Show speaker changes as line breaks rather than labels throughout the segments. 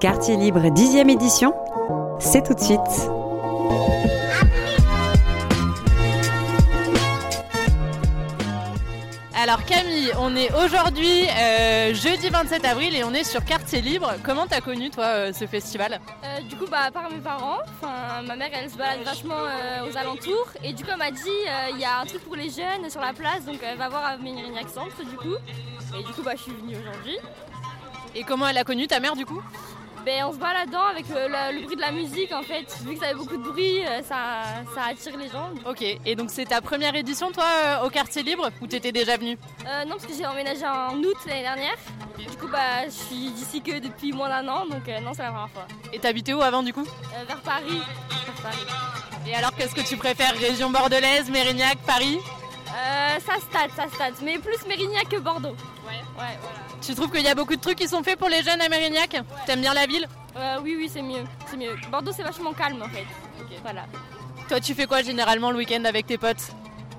Quartier Libre 10e édition, c'est tout de suite.
Alors Camille, on est aujourd'hui euh, jeudi 27 avril et on est sur Quartier Libre. Comment t'as connu toi euh, ce festival
Euh, du coup, bah, par mes parents, enfin, ma mère elle se balade vachement euh, aux alentours et du coup elle m'a dit euh, il y a un truc pour les jeunes sur la place donc elle va voir à Mérignac Centre du coup. Et du coup, bah, je suis venue aujourd'hui.
Et comment elle a connu ta mère du coup
Ben, en se baladant avec euh, la- le bruit de la musique en fait, vu que ça avait beaucoup de bruit, euh, ça, ça attire les gens.
Ok, et donc c'est ta première édition toi euh, au Quartier Libre ou t'étais déjà venue
Euh, non, parce que j'ai emménagé en août l'année dernière. Du coup, bah, je suis d'ici que depuis moins d'un an donc euh, non, c'est la première fois.
Et t'habitais où avant du coup
Euh, vers Paris. Vers Paris.
Et alors qu'est-ce que tu préfères Région bordelaise, Mérignac, Paris
Euh, ça stade, ça stade, mais plus Mérignac que Bordeaux. Ouais, ouais, voilà.
Tu trouves qu'il y a beaucoup de trucs qui sont faits pour les jeunes à Mérignac T'aimes bien la ville
Euh, oui, oui, c'est mieux. C'est mieux. Bordeaux, c'est vachement calme en fait. Voilà.
Toi tu fais quoi généralement le week-end avec tes potes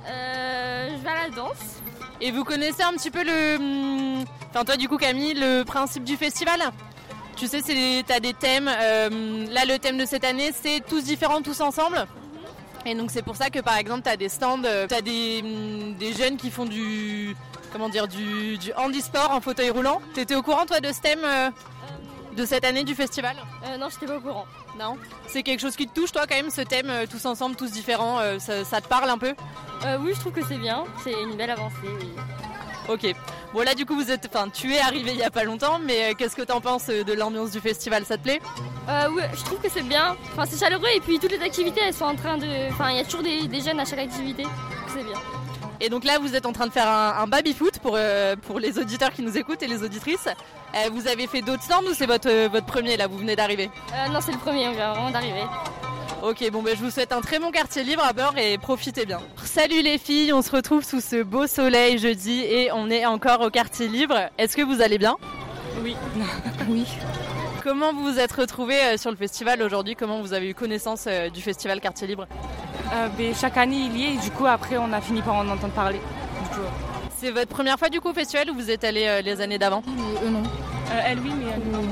Euh, je vais à la danse.
Et vous connaissez un petit peu le. hum, Enfin, toi, du coup, Camille, le principe du festival Tu sais, c'est- t'as des thèmes. euh, là, le thème de cette année, c'est tous différents, tous ensemble. Et donc, c'est pour ça que, par exemple, t'as des stands, euh, t'as des, hum, des jeunes qui font du. Comment dire Du, du handisport en fauteuil roulant. T'étais au courant, toi, de ce thème euh, de cette année du festival
Euh, non, j'étais pas au courant.
Non. C'est quelque chose qui te touche, toi, quand même, ce thème, euh, tous ensemble, tous différents. euh, ça- ça te parle un peu
Euh, oui, je trouve que c'est bien. C'est une belle avancée. oui.
Ok. Bon là du coup vous êtes, enfin tu es arrivé il y a pas longtemps, mais euh, qu'est-ce que t'en penses euh, de l'ambiance du festival Ça te plaît
Euh, oui, je trouve que c'est bien. Enfin, c'est chaleureux et puis toutes les activités, elles sont en train de. Enfin, il y a toujours des, des jeunes à chaque activité. C'est bien.
Et donc là vous êtes en train de faire un, un baby foot pour euh, pour les auditeurs qui nous écoutent et les auditrices. Euh, vous avez fait d'autres stands ou c'est votre euh, votre premier là Vous venez d'arriver.
Euh, non, c'est le premier. On vient vraiment d'arriver.
Ok, bon ben je vous souhaite un très bon quartier libre à bord et profitez bien. Salut les filles, on se retrouve sous ce beau soleil jeudi et on est encore au quartier libre. Est-ce que vous allez bien
Oui. oui.
Comment vous vous êtes retrouvés euh, sur le festival aujourd'hui Comment vous avez eu connaissance euh, du festival quartier libre
Euh, ben, chaque année, il y est, et du coup, après, on a fini par en entendre parler. Du coup, euh,
C'est votre première fois du coup au festival ou vous êtes allé les années d'avant
euh, elle, oui, mais elle, non.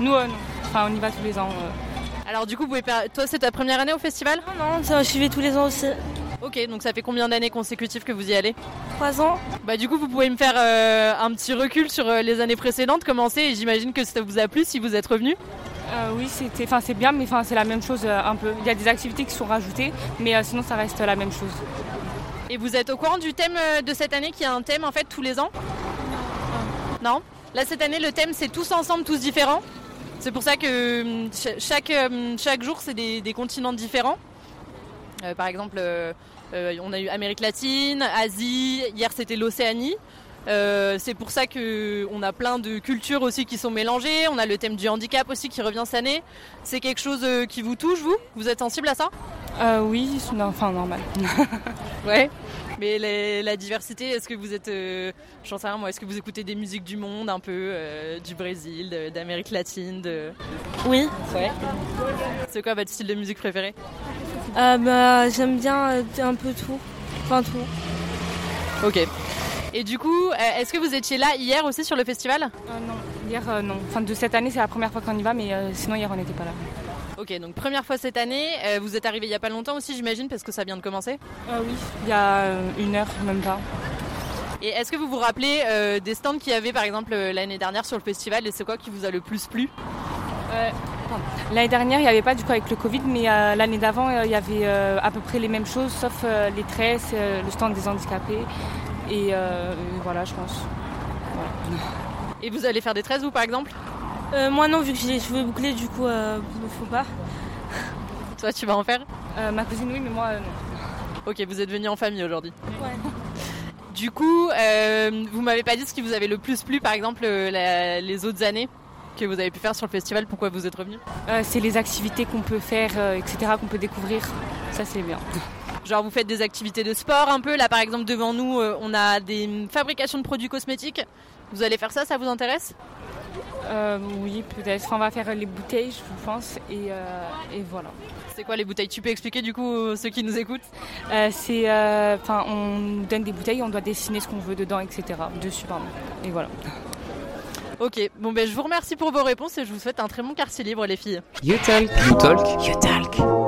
Nous, euh, non. Enfin, on y va tous les ans. euh.
Alors du coup, vous pouvez par- toi c'est ta première année au festival
Non, non, ça, je suivais tous les ans aussi.
Ok, donc ça fait combien d'années consécutives que vous y allez
Trois ans.
Bah du coup, vous pouvez me faire euh, un petit recul sur euh, les années précédentes, commencer et j'imagine que ça vous a plu si vous êtes revenu.
Euh, oui, c'était, enfin, c'est bien, mais enfin, c'est la même chose euh, un peu. Il y a des activités qui sont rajoutées, mais euh, sinon, ça reste la même chose.
Et vous êtes au courant du thème euh, de cette année qui a un thème en fait tous les ans Non Là cette année le thème c'est tous ensemble, tous différents. C'est pour ça que hum, cha- chaque, hum, chaque jour c'est des, des continents différents. Euh, par exemple euh, euh, on a eu Amérique latine, Asie, hier c'était l'Océanie. Euh, c'est pour ça que on a plein de cultures aussi qui sont mélangées. On a le thème du handicap aussi qui revient cette année. C'est quelque chose euh, qui vous touche, vous Vous êtes sensible à ça
Euh, oui, non, enfin, normal.
Ouais. Mais les- la diversité, est-ce que vous êtes, euh, j'en sais rien moi, est-ce que vous écoutez des musiques du monde un peu, euh, du Brésil, de- d'Amérique latine, de...
Oui.
Ouais. C'est quoi votre style de musique préféré
Euh, bah, j'aime bien euh, un peu tout. Enfin, tout.
Ok. Et du coup, euh, est-ce que vous étiez là hier aussi sur le festival
Euh, non, hier, euh, non. Enfin, de cette année, c'est la première fois qu'on y va, mais euh, sinon, hier, on n'était pas là.
Ok, donc première fois cette année, euh, vous êtes arrivé il y a pas longtemps aussi j'imagine parce que ça vient de commencer.
Euh, oui. Il y a euh, une heure, même pas.
Et est-ce que vous vous rappelez euh, des stands qu'il y avait par exemple euh, l'année dernière sur le festival et c'est quoi qui vous a le plus plu
Euh, L'année dernière, il n'y avait pas du coup avec le Covid, mais euh, l'année d'avant, euh, il y avait euh, à peu près les mêmes choses, sauf euh, les tresses, euh, le stand des handicapés. Et euh, voilà, je pense.
Et vous allez faire des 13 ou par exemple
Euh, moi, non, vu que j'ai les cheveux bouclés, du coup, euh, faut pas.
Toi tu vas en faire
Euh, ma cousine, oui, mais moi, euh, non.
Ok, vous êtes venu en famille aujourd'hui.
Ouais.
Du coup, euh, vous m'avez pas dit ce qui vous avait le plus plu, par exemple, euh, la- les autres années que vous avez pu faire sur le festival, pourquoi vous êtes revenu
Euh, c'est les activités qu'on peut faire, euh, etc., qu'on peut découvrir. Ça, c'est bien.
Genre, vous faites des activités de sport un peu. Là, par exemple, devant nous, euh, on a des mm, fabrications de produits cosmétiques. Vous allez faire ça, ça vous intéresse
Euh, oui, peut-être. Enfin, on va faire les bouteilles, je pense. Et, euh, et voilà.
C'est quoi les bouteilles Tu peux expliquer du coup euh, ceux qui nous écoutent
Euh, c'est. euh, Enfin, on nous donne des bouteilles, on doit dessiner ce qu'on veut dedans, etc. Dessus, pardon. Et voilà.
Ok, bon ben je vous remercie pour vos réponses et je vous souhaite un très bon quartier libre les filles.
You Talk.
You Talk.
You Talk.